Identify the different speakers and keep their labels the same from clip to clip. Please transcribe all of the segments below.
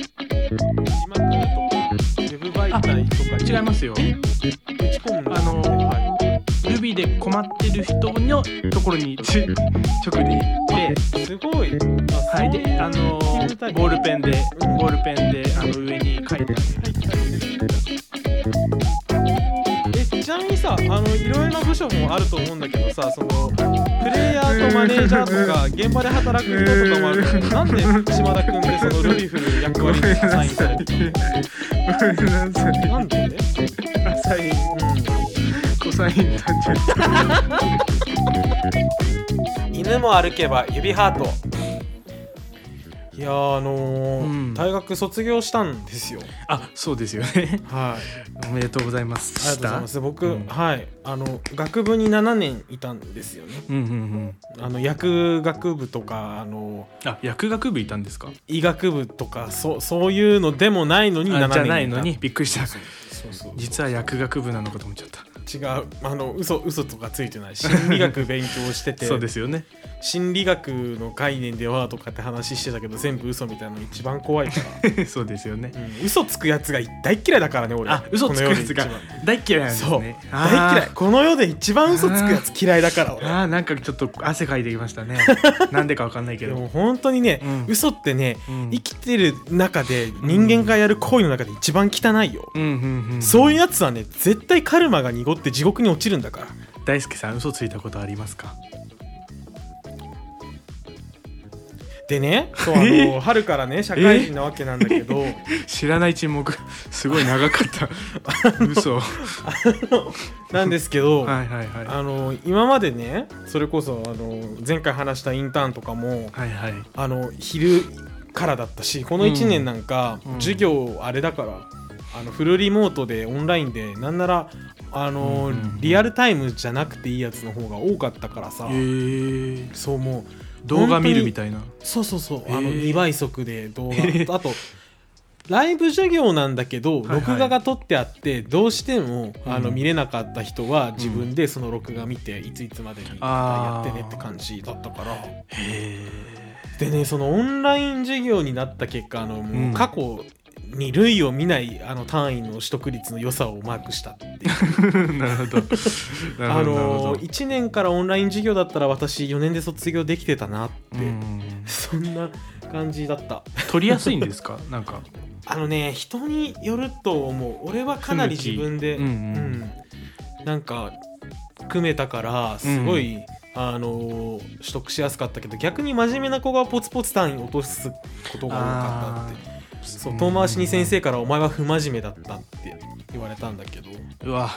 Speaker 1: 今のとウェブ媒体とか
Speaker 2: 違いますよ
Speaker 1: 打ち込むんですよ
Speaker 2: あの
Speaker 1: はい
Speaker 2: Ruby で困ってる人のところにち直に行って
Speaker 1: すごい。あ
Speaker 2: はいであのボールペンで
Speaker 1: うん
Speaker 2: ボールペンであの上に書いて
Speaker 1: えちなみにさあのいろいろな部署もあると思うんだけどさそのプレイヤーとマネージャーとか現場で働く人とかもあるけどなんで島田君でそのルビフル役割にアサインされてる
Speaker 3: ごめんなさい。
Speaker 1: なんで、
Speaker 3: アサイン、コサインになっちゃった。
Speaker 1: 犬も歩けば指ハートいやーあのー
Speaker 2: うん
Speaker 1: 大学卒業したんですよ
Speaker 2: あそうですよね
Speaker 1: はい
Speaker 2: おめでとうございます
Speaker 1: ありがとうございます僕、
Speaker 2: うん
Speaker 1: はいあの学部に7年いたんですよね
Speaker 2: うんうんうん
Speaker 1: あの薬学部とかあの
Speaker 2: あ薬学部いたんですか
Speaker 1: 医学部とかそそういうのでもないのに7
Speaker 2: あ
Speaker 1: 年
Speaker 2: じゃない
Speaker 1: た
Speaker 2: のにびっくりした
Speaker 1: そうそう
Speaker 2: 実は薬学部なのかと思っちゃった
Speaker 1: 違うあの嘘嘘とかついてない心理学勉強してて
Speaker 2: そうですよね
Speaker 1: 心理学の概念ではとかって話してたけど全部嘘みたいなの一番怖いか
Speaker 2: そうですよね
Speaker 1: ら、うん、嘘つくやつが大っ嫌いだからね俺
Speaker 2: あ嘘つくやつが
Speaker 1: この世で一
Speaker 2: 大っ嫌いなんで
Speaker 1: 番
Speaker 2: す
Speaker 1: そう
Speaker 2: ねあ
Speaker 1: 大
Speaker 2: ー
Speaker 1: 嫌いこの世で一番嘘つくやつ嫌いだから俺
Speaker 2: あーなんかちょっと汗かいてきました ねなんでかわかんないけ
Speaker 1: で
Speaker 2: ど
Speaker 1: も本当にね、
Speaker 2: うん
Speaker 1: 嘘ってね、
Speaker 2: うん
Speaker 1: 生きてる中で人間がやる行為の中で一番汚いよ、
Speaker 2: うんうんうん
Speaker 1: そういうやつはね絶対カルマが濁って地獄に落ちるんだから
Speaker 2: 大輔さん嘘ついたことありますか
Speaker 1: でねそうあの、
Speaker 2: え
Speaker 1: 春からね社会人なわけなんだけど、
Speaker 2: 知らない沈黙 すごい長か った嘘は
Speaker 1: なんですけど、
Speaker 2: いはいはいは
Speaker 1: あの今までねそれこそあの前回話したインターンとかも
Speaker 2: いはい
Speaker 1: あの昼からだったしこの1年なんか、
Speaker 2: うん
Speaker 1: 授業あれだからあのフルリモートでオンラインでなんならあの、
Speaker 2: うんうんうん
Speaker 1: リアルタイムじゃなくていいやつの方が多かったからさ、
Speaker 2: えー、
Speaker 1: そうもう
Speaker 2: 動画見るみたいな
Speaker 1: そうそうそう、あ
Speaker 2: へ
Speaker 1: の
Speaker 2: ー
Speaker 1: 2倍速で動
Speaker 2: へー
Speaker 1: 画あとライブ授業なんだけど
Speaker 2: はい
Speaker 1: 録画が撮ってあって、どうしても
Speaker 2: うん
Speaker 1: あの見れなかった人は自分でその録画見て、いついつまでにや
Speaker 2: あ
Speaker 1: っ
Speaker 2: ー
Speaker 1: てねって感じだったから
Speaker 2: へ
Speaker 1: でねそのオンライン授業になった結果あの
Speaker 2: う
Speaker 1: も
Speaker 2: ん
Speaker 1: う過去に類を見ないあの単位の取得率の良さをマークしたっていう
Speaker 2: ー なるほどな
Speaker 1: あ
Speaker 2: るほどなるほ
Speaker 1: の
Speaker 2: ど
Speaker 1: 1年からオンライン授業だったら私4年で卒業できてたなって、
Speaker 2: うん
Speaker 1: そんな感じだった。
Speaker 2: 撮りやすいんですかなんか
Speaker 1: あのね人によると思う俺はかなり自分で、
Speaker 2: 不向きうんうん
Speaker 1: うんなんか組めたからすごい、あのー取得しやすかったけど逆に真面目な子がポツポツ単位落とすことが多かったってそう遠回しに先生から「お前は不真面目だった」って言われたんだけど
Speaker 2: うわ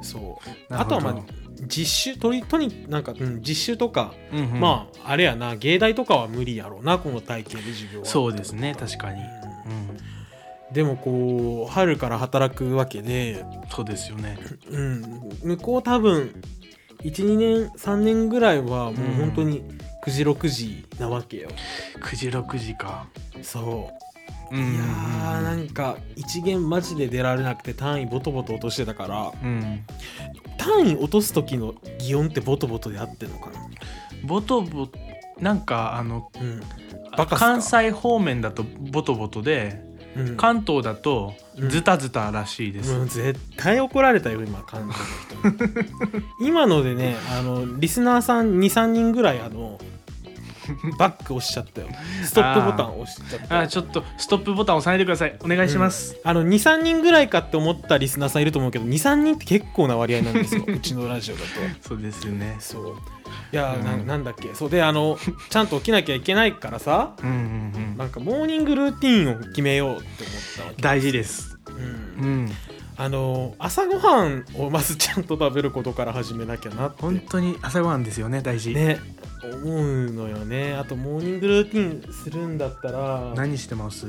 Speaker 1: そう
Speaker 2: な
Speaker 1: あ
Speaker 2: るほ
Speaker 1: と
Speaker 2: ど
Speaker 1: はまあ実習とりとになんか、うん実習とか、
Speaker 2: うんうん
Speaker 1: まああれやな芸大とかは無理やろうなこの体系で授業は
Speaker 2: そうですね確かに、
Speaker 1: う
Speaker 2: うん、
Speaker 1: でもこう春から働くわけで、
Speaker 2: そうですよね
Speaker 1: うん、向こう多分12年3年ぐらいはもう本当に9時6時なわけよ、
Speaker 2: 9時6時か
Speaker 1: そううい
Speaker 2: ん
Speaker 1: やーなんか一元マジで出られなくて単位ボトボト落としてたから
Speaker 2: うん
Speaker 1: 単位落とす時の擬音ってボトボトで合ってんのかな、
Speaker 2: ボトボなんかあの
Speaker 1: うんバカっすか
Speaker 2: 関西方面だとボトボトで
Speaker 1: うん、
Speaker 2: 関東だと
Speaker 1: うん
Speaker 2: ズタズタらしいです、
Speaker 1: もう絶対怒られたよ今関東の人 に今のでねあのリスナーさん23人ぐらいあのバック押しちゃったよストップボタン押しちゃった
Speaker 2: あちょっとストップボタン押さないでくださいお願いします、
Speaker 1: あの23人ぐらいかって思ったリスナーさんいると思うけど23人って結構な割合なんです ようちのラジオだと
Speaker 2: そうですよね
Speaker 1: そういや、
Speaker 2: うん
Speaker 1: ななんだっけそうであのちゃんと起きなきゃいけないからさ
Speaker 2: うんうんう
Speaker 1: なんんかモーニングルーティンを決めようって思ったわ
Speaker 2: 大事です
Speaker 1: け、うん
Speaker 2: うん
Speaker 1: あの朝ごはんをまずちゃんと食べることから始めなきゃなって
Speaker 2: 本当に朝ごはんですよね大事、
Speaker 1: ね思うのよねあとモーニングルーティンするんだったら
Speaker 2: 何してます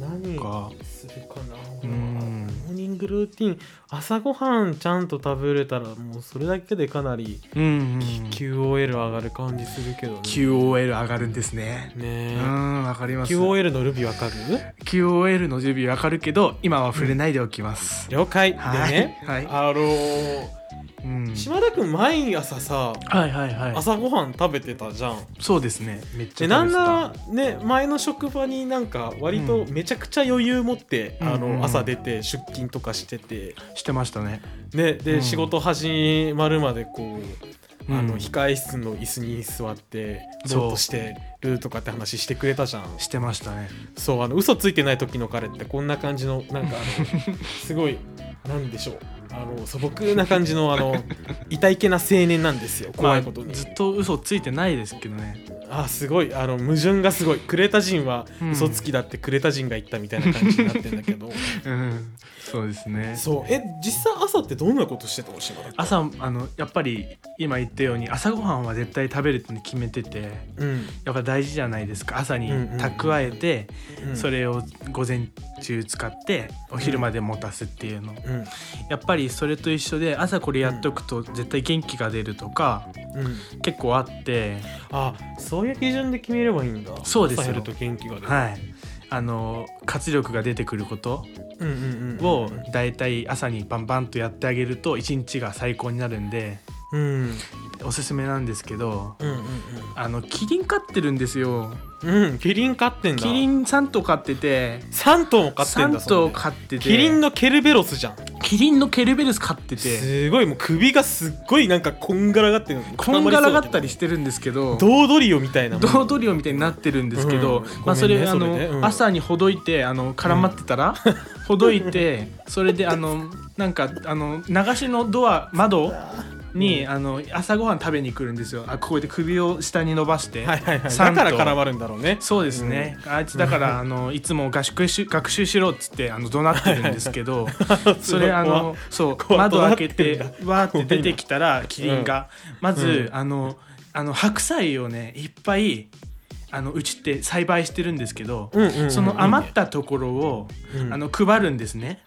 Speaker 1: 何
Speaker 2: か
Speaker 1: するかな
Speaker 2: う
Speaker 1: 俺
Speaker 2: ん
Speaker 1: はモーニングルーティン朝ごはんちゃんと食べれたらもうそれだけでかなり
Speaker 2: うん、うん
Speaker 1: QOL 上がる感じするけどね
Speaker 2: QOL 上がるんですね
Speaker 1: ね
Speaker 2: う
Speaker 1: え
Speaker 2: んわかります
Speaker 1: QOL のルビーわかる
Speaker 2: QOL の準備わかるけど今は触れないでおきます、
Speaker 1: 了解で
Speaker 2: はい
Speaker 1: ね
Speaker 2: はい
Speaker 1: あのー
Speaker 2: うん
Speaker 1: 島田君毎朝さ
Speaker 2: はいはいはい
Speaker 1: 朝ごはん食べてたじゃん
Speaker 2: そうですねめっちゃ
Speaker 1: でなんならね前の職場になんか割とめちゃくちゃ余裕持って、
Speaker 2: うん
Speaker 1: あ
Speaker 2: うんうん
Speaker 1: の朝出て出勤とかしてて、
Speaker 2: してましたね
Speaker 1: ね、
Speaker 2: う
Speaker 1: で
Speaker 2: ん
Speaker 1: 仕事始まるまでこう、あ
Speaker 2: う
Speaker 1: の
Speaker 2: ん
Speaker 1: 控室の椅子に座って
Speaker 2: そう
Speaker 1: ぼーっとしてるとかって話してくれたじゃん
Speaker 2: してましたね
Speaker 1: そうあの嘘ついてない時の彼ってこんな感じのなんか あのすごいなんでしょうあの素朴な感じのあ のいたいけな青年なんですよ怖いことに、
Speaker 2: まあずっと嘘ついてないですけどね
Speaker 1: あすごいあの矛盾がすごいクレタ人は
Speaker 2: うん
Speaker 1: 嘘つきだってクレタ人が言ったみたいな感じになってんだけど
Speaker 2: うんそうです ね
Speaker 1: そうえ実際朝ってどんなことしてたの島田君
Speaker 2: 朝あのやっぱり今言ったように朝ごはんは絶対食べるって決めてて
Speaker 1: うん、
Speaker 2: やっぱ大事じゃないですか朝に
Speaker 1: うんうんうん
Speaker 2: 蓄えて、
Speaker 1: うん、
Speaker 2: それを午前中使ってお昼まで持たすっていうの、
Speaker 1: うんうん
Speaker 2: やっぱりそれと一緒で朝これやっとくと絶対元気が出るとか結構あって、
Speaker 1: あそういう基準で決めればいいんだ
Speaker 2: そうですよ
Speaker 1: 朝やると元気が出る、
Speaker 2: はいあの活力が出てくること
Speaker 1: うんうんうん、
Speaker 2: を大体朝にバンバンとやってあげると一日が最高になるんで
Speaker 1: うんうん
Speaker 2: おすすめなんですけど
Speaker 1: うん
Speaker 2: あのキリン飼ってるんですよ
Speaker 1: うんうんキリン飼ってんだ
Speaker 2: キリ
Speaker 1: ン
Speaker 2: ン3頭飼ってて
Speaker 1: 3頭も飼ってんだ
Speaker 2: 3頭
Speaker 1: そんで
Speaker 2: 飼ってて
Speaker 1: キリンのケルベロスじゃん
Speaker 2: キリンのケルベルス飼ってて
Speaker 1: すごいもう首がすっごいなんかこんがらがってる
Speaker 2: こんがらがったりしててるんですけど
Speaker 1: ドードリオみたいなもん
Speaker 2: 道ドリオみたいになってるんですけど、
Speaker 1: うん
Speaker 2: まあ、
Speaker 1: ご
Speaker 2: そ
Speaker 1: め
Speaker 2: れ,、
Speaker 1: んね
Speaker 2: あの
Speaker 1: それねうん
Speaker 2: 朝にほどいてあの絡まってたら、ほどいてそれであのなんかあの流しのドア窓に、あの朝ごはん食べに来るんですよあこうやって首を下に伸ばして、
Speaker 1: はいはいはい、
Speaker 2: 三
Speaker 1: だ
Speaker 2: 頭
Speaker 1: から絡まるんだろう ね
Speaker 2: そうですね、あいつだからあのいつも合宿し学習しろっつってあの怒鳴ってるんです けどそれあのそう
Speaker 1: 怖
Speaker 2: 窓開けて
Speaker 1: 怒鳴っ
Speaker 2: わーって出てきたらキリンが、まず、あのあの白菜をねいっぱいあのうちって栽培してるんですけど、
Speaker 1: うんうんうん
Speaker 2: その余ったところを、
Speaker 1: うん
Speaker 2: あの配るんですね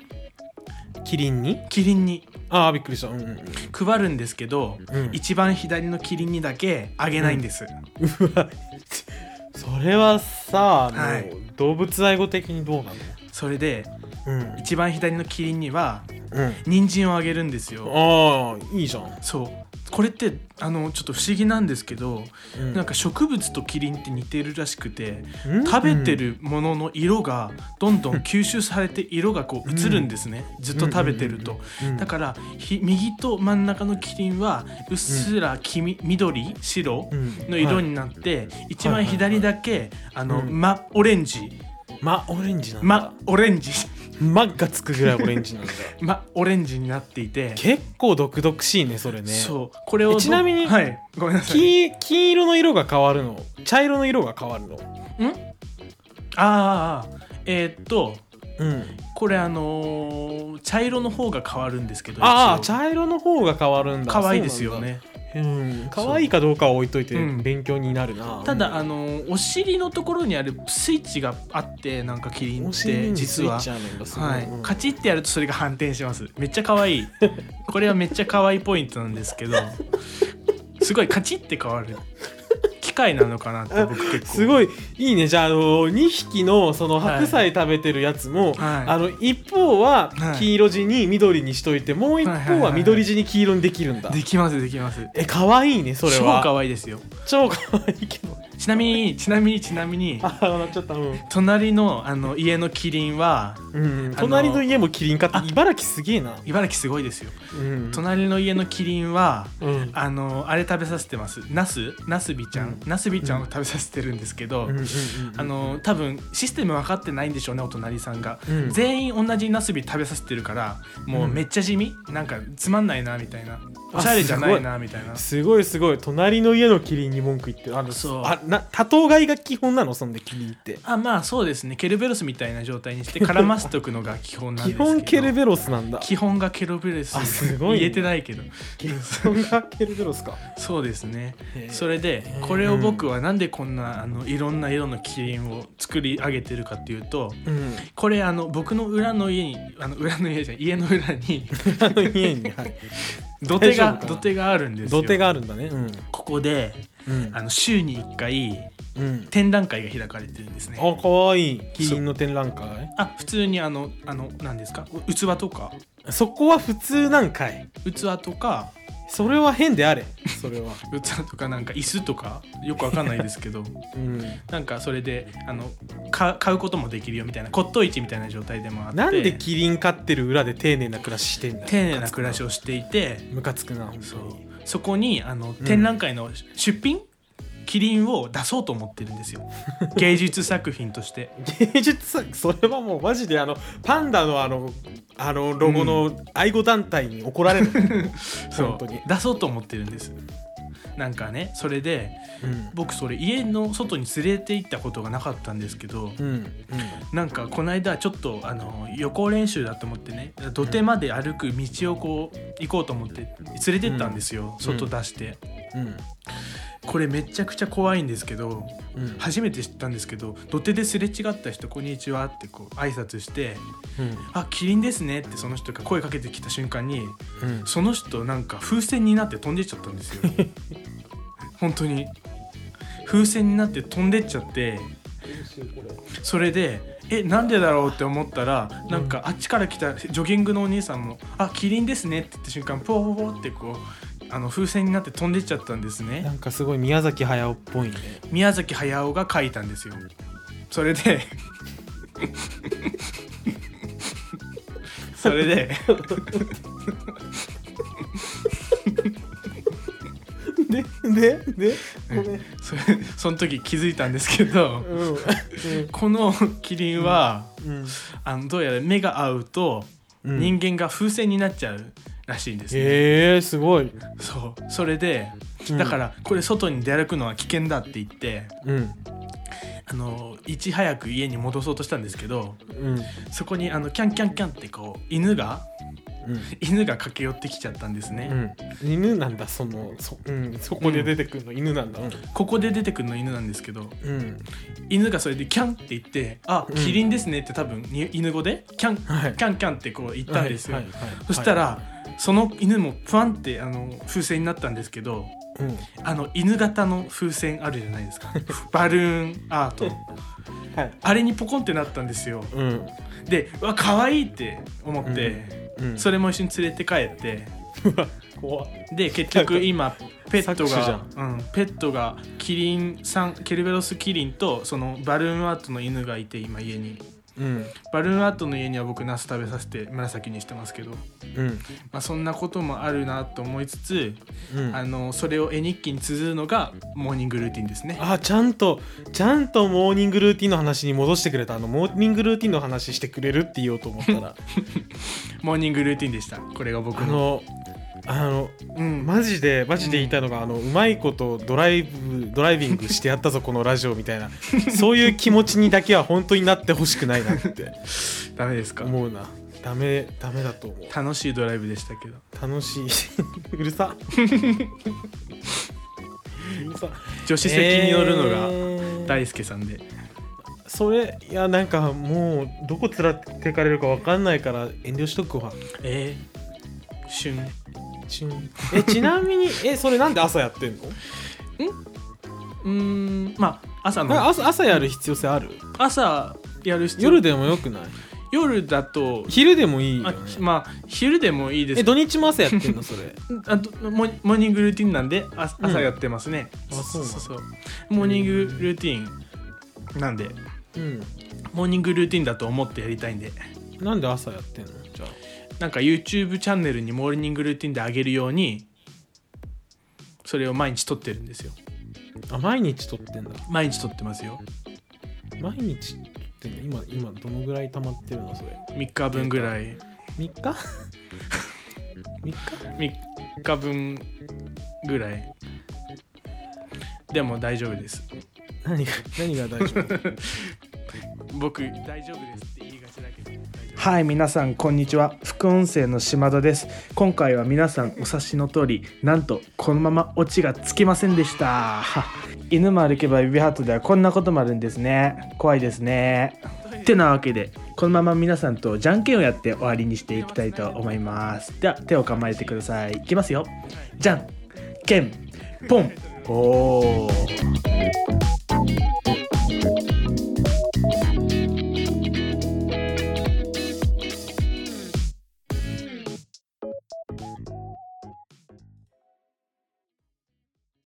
Speaker 1: キリンに
Speaker 2: キリンに
Speaker 1: ああびっくりしたうんうんうん
Speaker 2: 配るんですけど、
Speaker 1: うん
Speaker 2: 一番左のキリンにだけあげないんです、
Speaker 1: うわそれはさもう、
Speaker 2: はい
Speaker 1: 動物愛護的にどうなの
Speaker 2: それで
Speaker 1: うん
Speaker 2: 一番左のキリンには
Speaker 1: うん
Speaker 2: 人参をあげるんですよ
Speaker 1: ああいいじゃん、
Speaker 2: そうこれってあのちょっと不思議なんですけど、
Speaker 1: うん
Speaker 2: なんか植物とキリンって似てるらしくて、
Speaker 1: うん
Speaker 2: 食べてるものの色がどんどん吸収されて色がこう移るんですね、ずっと食べてると、
Speaker 1: うんうんうん
Speaker 2: だからひ右と真ん中のキリンはうっすら黄み緑白
Speaker 1: うん
Speaker 2: の色になって、一
Speaker 1: はい
Speaker 2: 番
Speaker 1: はい
Speaker 2: 左だけ、あの、
Speaker 1: うん
Speaker 2: 真オレンジ
Speaker 1: まオレンジなんだ
Speaker 2: 真オレンジ
Speaker 1: まがつくぐらいオレンジなんだ
Speaker 2: 真オレンジになっていて、
Speaker 1: 結構毒々しいねそれね
Speaker 2: そうこれをど
Speaker 1: えちなみに
Speaker 2: はいごめんなさい
Speaker 1: 黄金色の色が変わるの茶色の色が変わるの
Speaker 2: んあーあーえーっと
Speaker 1: うん
Speaker 2: これあのー茶色の方が変わるんですけど
Speaker 1: ああ
Speaker 2: 一応
Speaker 1: 茶色の方が変わるんだ
Speaker 2: 可愛いです
Speaker 1: そ
Speaker 2: よね
Speaker 1: うなんだうん可愛いかどうかは置いといて
Speaker 2: うん
Speaker 1: 勉強になるな、
Speaker 2: ただあのーお尻のところにあるスイッチがあってなんかキリン
Speaker 1: お
Speaker 2: っ
Speaker 1: 尻
Speaker 2: て
Speaker 1: に
Speaker 2: 実
Speaker 1: スイ
Speaker 2: は
Speaker 1: ッチあるんだすごい
Speaker 2: はい
Speaker 1: うん
Speaker 2: カチってやるとそれが反転しますめっちゃ可 愛いこれはめっちゃ可愛いポイントなんですけどすごいカチって変わる機械なのかなって僕結 構
Speaker 1: す
Speaker 2: い
Speaker 1: ごいいいねじゃあ、あの2匹のその白菜食べてるやつも、
Speaker 2: はい
Speaker 1: あの一方は
Speaker 2: はい
Speaker 1: 黄色地に緑にしといて、もう一
Speaker 2: はいはい
Speaker 1: 方
Speaker 2: はい
Speaker 1: は
Speaker 2: はい
Speaker 1: 緑地に黄色にできるんだ、
Speaker 2: できますできます
Speaker 1: え可愛いねそれ
Speaker 2: 超
Speaker 1: は
Speaker 2: 可愛いですよ
Speaker 1: 超可愛いけど
Speaker 2: ちなみにちなみにちなみに
Speaker 1: ああなっちゃったうん、
Speaker 2: 隣のあの家のキリンは
Speaker 1: うん、隣の家もキリンかって茨城すげえな、
Speaker 2: 茨城すごいですよ
Speaker 1: うん、
Speaker 2: 隣の家のキリンは
Speaker 1: うん
Speaker 2: あのあれ食べさせてますナスナスビちゃん、ナスビちゃんを食べさせてるんですけど、
Speaker 1: うんうんうん
Speaker 2: あの多分システム分かってないんでしょうねお隣さんが、
Speaker 1: うん
Speaker 2: 全員同じナスビ食べさせてるからもうめっちゃ地味、なんかつまんないなみたいなおしゃれじゃないなみたいな
Speaker 1: すごいすごい隣の家のキリンに文句言ってるあの
Speaker 2: そう
Speaker 1: あな多頭飼いが基本なのそんでキリンって
Speaker 2: あまあそうですねケルベロスみたいな状態にして絡ませておくのが基本なん
Speaker 1: 基
Speaker 2: ですけど
Speaker 1: 本ケルベロスなんだ
Speaker 2: 基本がケルベロス
Speaker 1: あすごいね
Speaker 2: 言えてないけど
Speaker 1: 基本がケルベロスか
Speaker 2: そうですね
Speaker 1: へえ
Speaker 2: それでこれを僕はなんでこんなあのいろんな色のキリンを作り上げてるかっていうと
Speaker 1: うん
Speaker 2: これあの僕の裏の家にあの裏の家じゃない家の裏 に
Speaker 1: あの家 に、はい、
Speaker 2: 土手
Speaker 1: 大丈
Speaker 2: が
Speaker 1: 夫かな
Speaker 2: 土手があるんですよ
Speaker 1: 土手があるんだね。うん。
Speaker 2: ここで
Speaker 1: うん
Speaker 2: あの週に1回
Speaker 1: うん、
Speaker 2: 展覧会が開かれてるんですね
Speaker 1: あかわいいキリンの展覧会
Speaker 2: あ普通にあのあの何ですかう器とか
Speaker 1: そこは普通なんかい
Speaker 2: 器とか
Speaker 1: それは変であれそれは
Speaker 2: 器とかなんか椅子とかよくわかんないです けど
Speaker 1: うん
Speaker 2: なんかそれであのか買うこともできるよみたいな骨董市みたいな状態でもあって
Speaker 1: なんでキリン飼ってる裏で丁寧な暮らししてんだ
Speaker 2: 丁寧な暮らし
Speaker 1: を
Speaker 2: をしていて
Speaker 1: ムカつくな本
Speaker 2: そ
Speaker 1: 当
Speaker 2: う
Speaker 1: に
Speaker 2: そこにあの展覧会の出品、キリンを出そうと思ってるん ですよ芸術作品として
Speaker 1: 芸術作それはもうマジであのパンダのあのあのロゴの愛護団体に怒 られる、
Speaker 2: そう
Speaker 1: 本当に
Speaker 2: 出そうと思ってるんですなんかねそれで
Speaker 1: うん
Speaker 2: 僕それ家の外に連れて行ったことがなかったんですけど、
Speaker 1: うんうん
Speaker 2: なんかこの間ちょっとあの予行練習だと思ってね土手まで歩く道をこう行こうと思って連れてったんですよ、外出して、
Speaker 1: うん
Speaker 2: これめちゃくちゃ怖いんですけど
Speaker 1: うん
Speaker 2: 初めて知ったんですけど土手ですれ違った人「こんにちは」ってこう挨拶して
Speaker 1: うん
Speaker 2: 「あキリンですね」ってその人が声かけてきた瞬間に
Speaker 1: うん
Speaker 2: その人なんか風船になって飛んでっちゃったんですよ本当に風船になって飛んでっちゃってそれでえなんでだろうって思ったらなんかあっちから来たジョギングのお兄さんも「あキリンですね」って言った瞬間ポーポーってこうあの風船になって飛んでっちゃったんです
Speaker 1: な
Speaker 2: ね
Speaker 1: んかすごい宮崎駿っぽいね
Speaker 2: 宮崎駿が書いたんですよそれ でそれで
Speaker 1: ででで
Speaker 2: それその時気づいたんですけど
Speaker 1: うんうん
Speaker 2: このキリンは、
Speaker 1: うん
Speaker 2: あのどうやら目が合うと
Speaker 1: うん
Speaker 2: 人間が風船になっちゃうらしいんですね、
Speaker 1: へえすごい
Speaker 2: そうそれで
Speaker 1: うん
Speaker 2: だからこれ外に出歩くのは危険だって言って
Speaker 1: うん
Speaker 2: あのいち早く家に戻そうとしたんですけど
Speaker 1: うん
Speaker 2: そこにあのキャンキャンキャンってこう犬が
Speaker 1: うん
Speaker 2: 犬が駆け寄ってきちゃったんですね、
Speaker 1: うん、犬なんだそのそ,、うん、そこで出てくるの、犬なんだうん
Speaker 2: ここで出てくるの犬なんですけど
Speaker 1: うん
Speaker 2: 犬がそれでキャンって言って「あ
Speaker 1: うん
Speaker 2: キリンですね」って多分に犬語でキャン、
Speaker 1: はい
Speaker 2: キャンキャンってこう言ったんですよ、
Speaker 1: はいはいはい
Speaker 2: そしたら、その犬もプワンってあの風船になったんですけど
Speaker 1: うん
Speaker 2: あの犬型の風船あるじゃないです かバルーンアート
Speaker 1: はい
Speaker 2: あれにポコンってなったんですよ
Speaker 1: うん
Speaker 2: でうわ可愛いって思って、
Speaker 1: うん、
Speaker 2: それも一緒に連れて帰って
Speaker 1: 怖
Speaker 2: で結局今ペット
Speaker 1: 搾取じ
Speaker 2: が、うん、ペットがキリンさんケルベロスキリンとそのバルーンアートの犬がいて今家に
Speaker 1: うん
Speaker 2: バルーンアートの家には僕ナス食べさせて紫にしてますけど、ま
Speaker 1: うん
Speaker 2: あ、そんなこともあるなと思いつつ
Speaker 1: うん
Speaker 2: あのそれを絵日記に綴るのがモーニングルーティンですね。
Speaker 1: あちゃんとちゃんとモーニングルーティンの話に戻してくれたあのモーニングルーティンの話してくれるって言おうと思ったら
Speaker 2: モーニングルーティンでした。これが僕
Speaker 1: あ
Speaker 2: の。
Speaker 1: のあの
Speaker 2: うん、
Speaker 1: マジでマジで言いたいのが、あのうまいことドライブドライビングしてやったぞこ のラジオみたいなそういう気持ちにだけは本当になってほしくないなって
Speaker 2: ダメですか。
Speaker 1: 思うなダメダメだと思う
Speaker 2: 楽しいドライブでしたけど。
Speaker 1: 楽しい うるさ うるさ
Speaker 2: 助手席に乗るの
Speaker 1: え
Speaker 2: が
Speaker 1: ー
Speaker 2: 大輔さんで。
Speaker 1: それいやなんかもうどこ連れてかれるかわかんないから遠慮しとくわ
Speaker 2: えー、旬。ん
Speaker 1: ちんえちなみにえそれなんで朝やってんの
Speaker 2: うーん、ま あ朝
Speaker 1: なんか
Speaker 2: の
Speaker 1: 朝朝やる必要性ある
Speaker 2: 朝やる必要
Speaker 1: 夜でもよくない
Speaker 2: 夜だと、
Speaker 1: 昼でもいいよ、
Speaker 2: あ
Speaker 1: ね、
Speaker 2: まあ昼でもいいで
Speaker 1: え
Speaker 2: す。
Speaker 1: 土日も朝やってんのそ れ
Speaker 2: あとモモーニングルーティンなんであ
Speaker 1: う
Speaker 2: 朝
Speaker 1: ん
Speaker 2: やってますね。
Speaker 1: あそうなんだ
Speaker 2: そう。モーニングルーティンなんで。
Speaker 1: うん
Speaker 2: モーニングルーティンだと思ってやりたいんで
Speaker 1: なんで朝やってんのじゃあ
Speaker 2: なんか YouTube チャンネルにモーニングルーティンであげるようにそれを毎日撮ってるんですよ
Speaker 1: あ毎日撮ってんだ
Speaker 2: 毎日撮ってますよ
Speaker 1: 毎日撮ってんだ今今どのぐらい溜まってるのそれ
Speaker 2: 3日分ぐらい
Speaker 1: 3日 3日
Speaker 2: 3日分ぐらいでも大丈夫です
Speaker 1: 何が何が大丈夫
Speaker 2: 僕大丈夫ですって言いがちだけどはい皆さんこんにちは副音声の島田です今回は皆さんお察しの通りなんとこのままオチがつきませんでした は犬も歩けば指ハートではこんなこともあるんですね怖いですねてなわけでこのまま皆さんとじゃんけんをやって終わりにしていきたいと思いますでは手を構えてくださいいきますよじゃんけんポンおー